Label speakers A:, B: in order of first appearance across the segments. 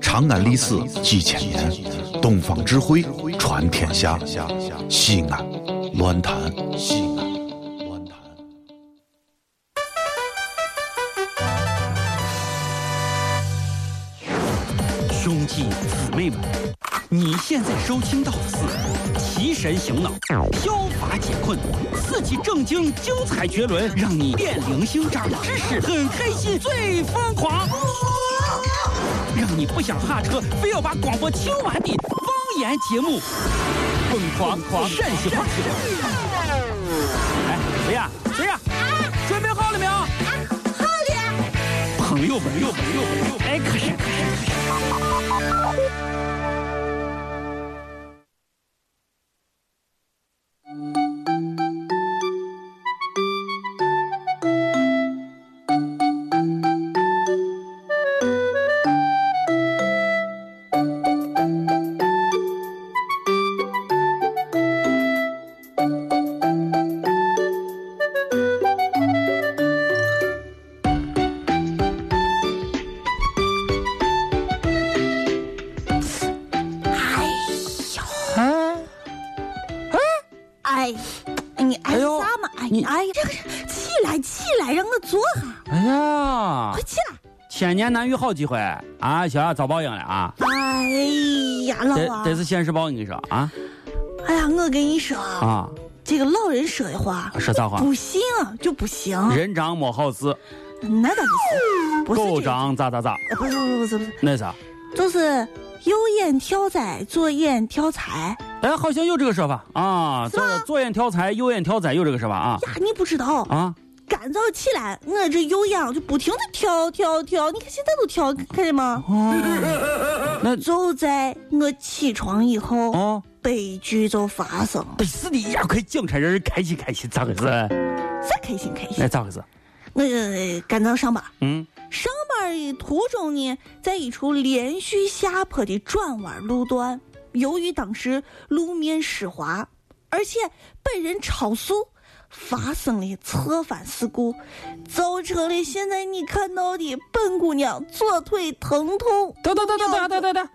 A: 长安历史几千年，东方智慧传天下。西安，乱谈西安。乱谈。
B: 兄弟姊妹们，你现在收听到的是提神醒脑、消乏解困、刺激正经、精彩绝伦，让你变零星长知识，很开心，最疯狂，让你不想下车，非要把广播听完的方言节目，疯狂狂陕西话。哎，谁呀？谁呀？准备好了没有？朋友们，朋友们，朋友们，哎，可是可是。啊
C: 哎，你哎
B: 哎呦
C: 啥嘛？哎
B: 你
C: 哎，这个是起来起来，让我坐下，
B: 哎呀
C: 快，
B: 啊
C: 起来！
B: 千年难遇好机会啊！小雅遭报应了啊！
C: 哎呀，老
B: 这
C: 王
B: 这，是现实报，应，你说啊
C: 哎呀，我跟你说，
B: 啊，
C: 这个老人说的话
B: 说啥话？
C: 不信哎啊就不行，
B: 人长没好事，
C: 那倒不是，不
B: 狗
C: 是这样，
B: 长咋咋咋，
C: 呃不是不是不是不
B: 那啥？
C: 是，就是右眼跳财，左眼跳财
B: 哎，好像有这个说法啊，
C: 是吧
B: 左左眼跳财，右眼跳财，有这个说法啊
C: 呀，你不知道，
B: 啊！
C: 干燥起来，我这右眼就不停的跳跳跳，你看现在都跳，看见吗？
B: 那
C: 就在我起床以后，
B: 哦，
C: 悲剧就发生了。
B: 得是的呀，快警察让人开心开心，咋回
C: 哎
B: 事？
C: 再开心开
B: 那
C: 心。
B: 咋回事？
C: 我、呃、赶到上班，
B: 嗯，
C: 上班的途中呢，在一处连续下坡的转弯路段，由于当时路面湿滑，而且本人超速，发生了侧翻事故，造成了现在你看到的本姑娘左腿疼痛。
B: 等等等等等等等等，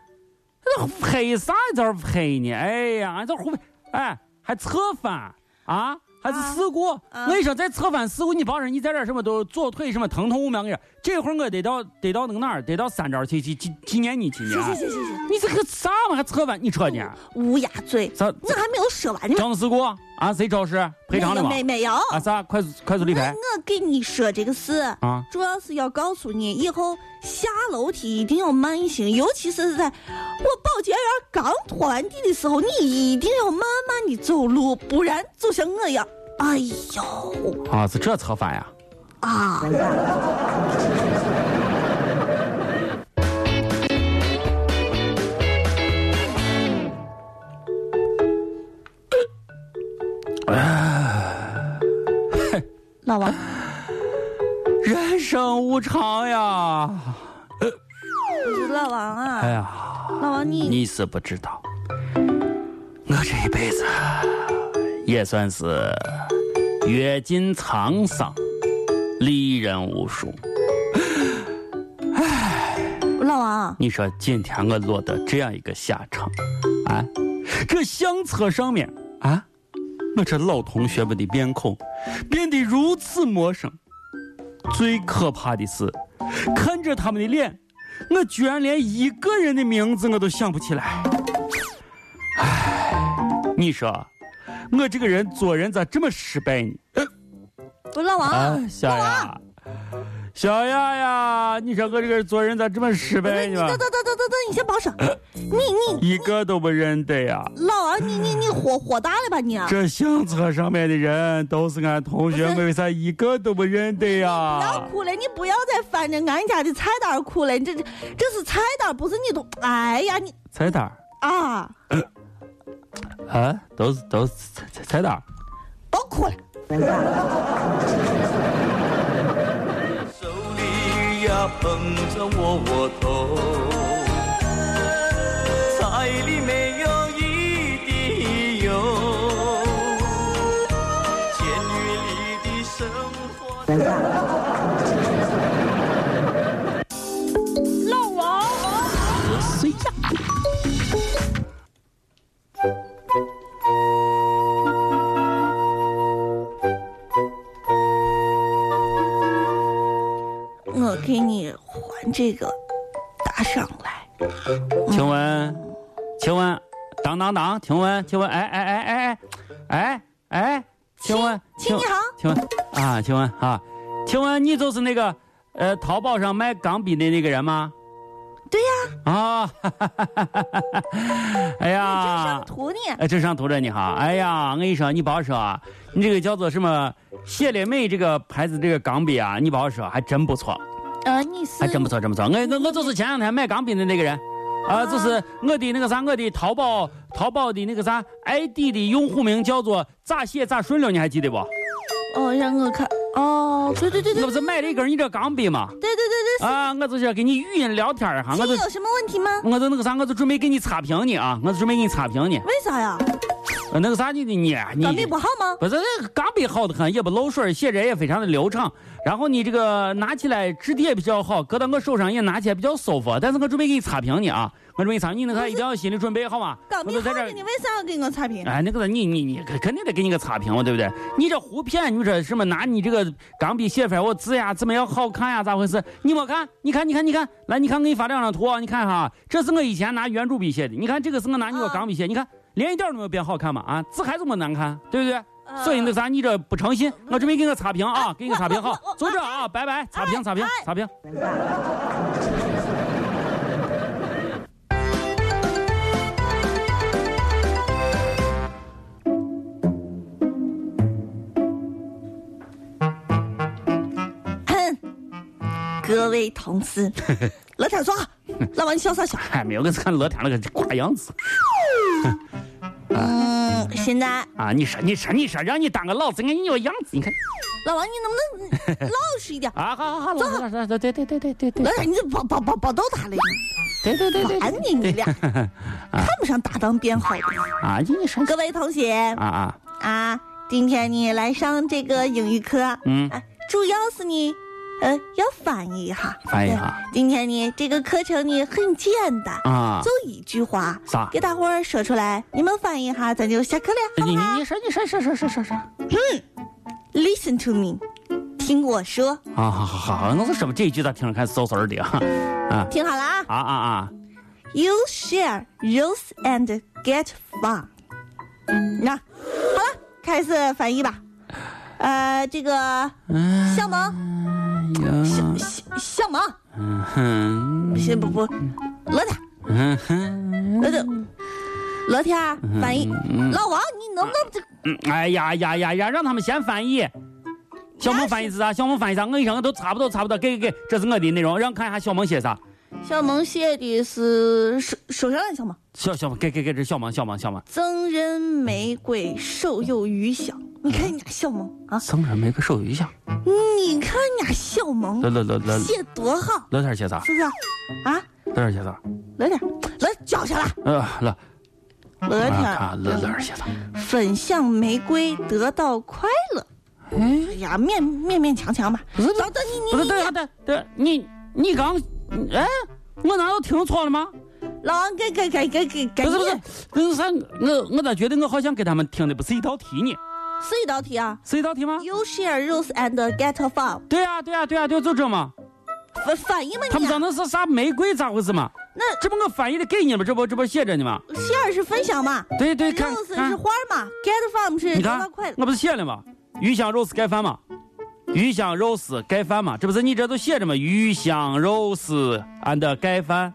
B: 这黑啥这黑呢？哎呀，这胡哎还侧翻啊？还是事故？
C: 啊
B: 我跟你说，再侧翻事故，你帮人你在这儿什么都左腿什么疼痛无名的，这会儿我得到得到那个哪儿，得到三招去去纪纪念你去
C: 行行
B: 年。
C: 行行行，
B: 你这个啥玩意儿还侧翻？你啊车呢？
C: 乌鸦嘴，
B: 啥
C: 我还没有说完呢。
B: 交通事故啊？谁肇事？赔偿了吗？
C: 没有没有，
B: 啊啥？快速快速理赔
C: 我给你说这个事。
B: 啊！
C: 主要是要告诉你，以后下楼梯一定要慢行，尤其是在我保洁员刚拖完地的时候，你一定要慢慢的走路，不然就像我一样，哎呦
B: 啊，是这侧翻呀？
C: 啊！老王，
B: 人生无常呀！
C: 老王啊，
B: 哎呀。
C: 老王你
B: 你是不知道，我这一辈子也算是阅尽沧桑，历人无数。
C: 老王，
B: 你说今天我落得这样一个下场，啊，这相册上面啊，我这老同学们的面孔变得如此陌生。最可怕的是，看着他们的脸，我居然连一个人的名字我都想不起来。唉，你说，我这个人做人咋这么失败呢？
C: 我老王，
B: 啊，小雅，小雅呀，你说我这个人做人咋这么失败
C: 你
B: 呢
C: 等
B: 吧？
C: 等等等等等，你先别说，你你
B: 一个都不认得呀！
C: 老王，你你你火火大了吧你？
B: 这相册上面的人都是俺同学，
C: 不是
B: 为啥一个都不认得
C: 不要
B: 呀？
C: 哭了，你不要再翻着俺家的菜单儿哭了，你这这这是菜单儿，不是你都，哎呀你
B: 菜单
C: 啊，
B: 儿啊，都是都是菜菜菜单儿。
C: 别哭了，
D: 手里呀捧着窝窝头，菜里没有一滴油，监狱里的生活。
C: 老王，
B: 岁呀！
C: 我给你还这个打赏来。
B: 请问，请问，当当当，请问，请问，哎哎哎哎哎哎哎，请问，
C: 亲你好
B: 请问啊，请问啊，请问你就是那个呃淘宝上卖钢笔的那个人吗？
C: 对呀、
B: 啊，哈哈哈哈哈哈哎
C: 这
B: 呀
C: 上，图呢？
B: 哎，真上图着你哈！哎呀，我跟你说，你不好说，你这个叫做什么谢列美这个牌子这个钢笔啊，你不好说，还真不错。
C: 呃，你是
B: 还真不错，真不错。我我我就是前两天买钢笔的那个人，啊，就是我的那个啥，我的淘宝淘宝的那个啥 ID 的用户名叫做咋写咋顺溜，你还记得不？
C: 哦，让我看哦，对对对对
B: 我不是买了一根你这钢笔吗？
C: 对对对对，
B: 啊，我就是给你语音聊天儿哈，我
C: 亲
B: 啊就
C: 有什么问题吗？
B: 我就那个啥，我就准备给你差评呢啊，我就准备给你差评呢。
C: 为啥呀？
B: 呃那个啥你你你
C: 钢笔不好吗？
B: 不是那个钢笔好的很，也不漏水，写着也非常的流畅。然后你这个拿起来质地也比较好，搁到我手上也拿起来比较舒服。但是我准备给你差评呢啊，我准备差，你那个一定要心理准备好吗？
C: 钢
B: 我
C: 笔
B: 就在
C: 好
B: 这
C: 的，
B: 儿。
C: 你为啥要给我差评？
B: 哎，那个你你你肯定得给你个差评嘛，对不对？你这胡骗，你说什么拿你这个钢笔写出来我字呀怎么样好看呀？咋回事？你没看？你看你看你看，来你看给你发两张图，啊你看哈，这是我以前拿圆珠笔写的，你看这个是我拿你个
C: 啊
B: 钢笔写，你看连一点儿都没有变好看嘛啊，字还这么难看，对不对？
C: 呃
B: 所以那啥，你这不诚信，我准备给你个差评啊，给你个差评，好
C: 我我，
B: 就这啊，拜拜，差评，差评，差评。
C: 哼，各位同 事，老天说，老王你笑啥笑？
B: 哎，没有，我是看乐天那个瓜样子
C: 嗯，现在
B: 啊！你说，你说，你说，让你当个老子，我你有样子，你看
C: 老王你能不 能老实一点？
B: 啊，好好好，老师，老师，对对对对对对
C: 老天，你这宝宝宝宝到他了，
B: 对对对对
C: 烦你你 俩，看不上搭档变好的。
B: 啊！你说
C: 各位同学
B: 啊啊，
C: 啊，今天你来上这个英语课，
B: 嗯，
C: 啊，主要是你，呃，要翻译哈。
B: 翻译哈
C: 对。今天你这个课程呢很简单，
B: 啊
C: 就，一句话，
B: 啥？
C: 给大伙儿说出来，你们翻译哈，咱就下课了。
B: 你你你说你说说说说说说啊！
C: Listen to me，听我说，
B: 好好好好，我是说这一句咋听着看嗖嗖的啊啊
C: 听好了啊。
B: 啊啊啊！
C: You share rules and get fun。那好了，开始翻译吧。呃，这个
B: 嗯
C: 向萌，向向向萌，
B: 哼
C: 不是不不，罗天，
B: 嗯哼。
C: 罗天，罗天儿翻译。老王，你能不能这
B: 嗯，哎呀呀呀呀，让他们先翻译。小萌翻译是啥？小萌翻译啥？我跟你说，我都差不多，差不多。给给给，这是我的内容，让我看一下小萌写啥。
C: 小萌写的是手手上的小萌，
B: 小小萌，给给给，这小萌，小萌，小萌。
C: 赠人玫瑰，手有余香。你看人家小萌啊，
B: 送人玫瑰手一下。
C: 你看人家小萌
B: 乐乐乐乐
C: 写多好，
B: 乐天写啥？
C: 是不是？啊，
B: 乐天写啥？
C: 来点，来脚下来，
B: 呃，乐
C: 乐
B: 啊
C: 天
B: 啊，乐
C: 儿，
B: 乐写啥？
C: 粉向玫瑰得到快乐。哎呀，勉勉勉强强吧。等等你
B: 不是，
C: 你你
B: 对对对，你你刚，哎，我难道听错了吗？
C: 你，老王给给给给给给
B: 不
C: 你
B: 是不是，那啥，我我咋觉得我好像给他们听的不是一道题呢？
C: 是一道题啊。
B: 是一道题吗？
C: You share rules and get fun。
B: 对呀对呀对呀对，就这嘛。
C: 反反应嘛
B: 他
C: 你
B: 们
C: 啊
B: 讲，那是啥玫瑰咋回事嘛？
C: 那
B: 这不我翻译的给你吗？这不这不写着呢吗？
C: share 是分享嘛
B: 对对，看
C: ，rules
B: 看
C: 是，花嘛，get fun 是
B: 你
C: 得
B: 看
C: 到快乐。
B: 我不是写了吗？鱼香肉丝盖饭嘛，鱼香肉丝盖饭嘛，这不是你这都写着吗？鱼香肉丝 and 盖饭。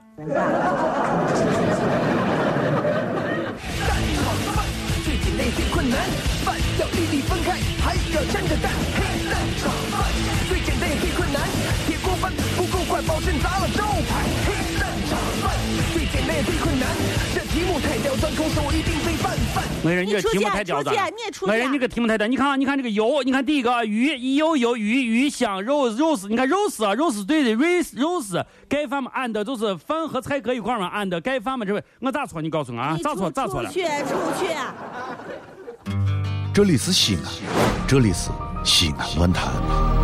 E: 最紧累最困难，饭要粒粒分开，还要沾着蛋，黑蛋炒饭最简单也最困难，铁锅翻不够快，保证砸了招牌。黑蛋炒饭最简单也最困难，这题目太刁钻，空手我一定非办饭。
B: 我人你这
C: 你出
B: 题目
C: 去啊
B: 太刁
C: 出
B: 钻
C: 去啊
B: 了
C: 你也，出去
B: 我
C: 啊
B: 人这个题目太刁。你看啊，你看这个油，你看第一个啊鱼，一油油鱼鱼香肉肉丝，你看肉丝啊，肉丝对的，肉丝肉丝盖饭嘛，and 就是饭和菜搁一块儿嘛，and 盖饭嘛，这不我咋错？你告诉我啊
C: 你，
B: 咋
C: 出
B: 错咋错了
C: 出？去出去。啊
A: 这里是西安，这里是西安乱坛。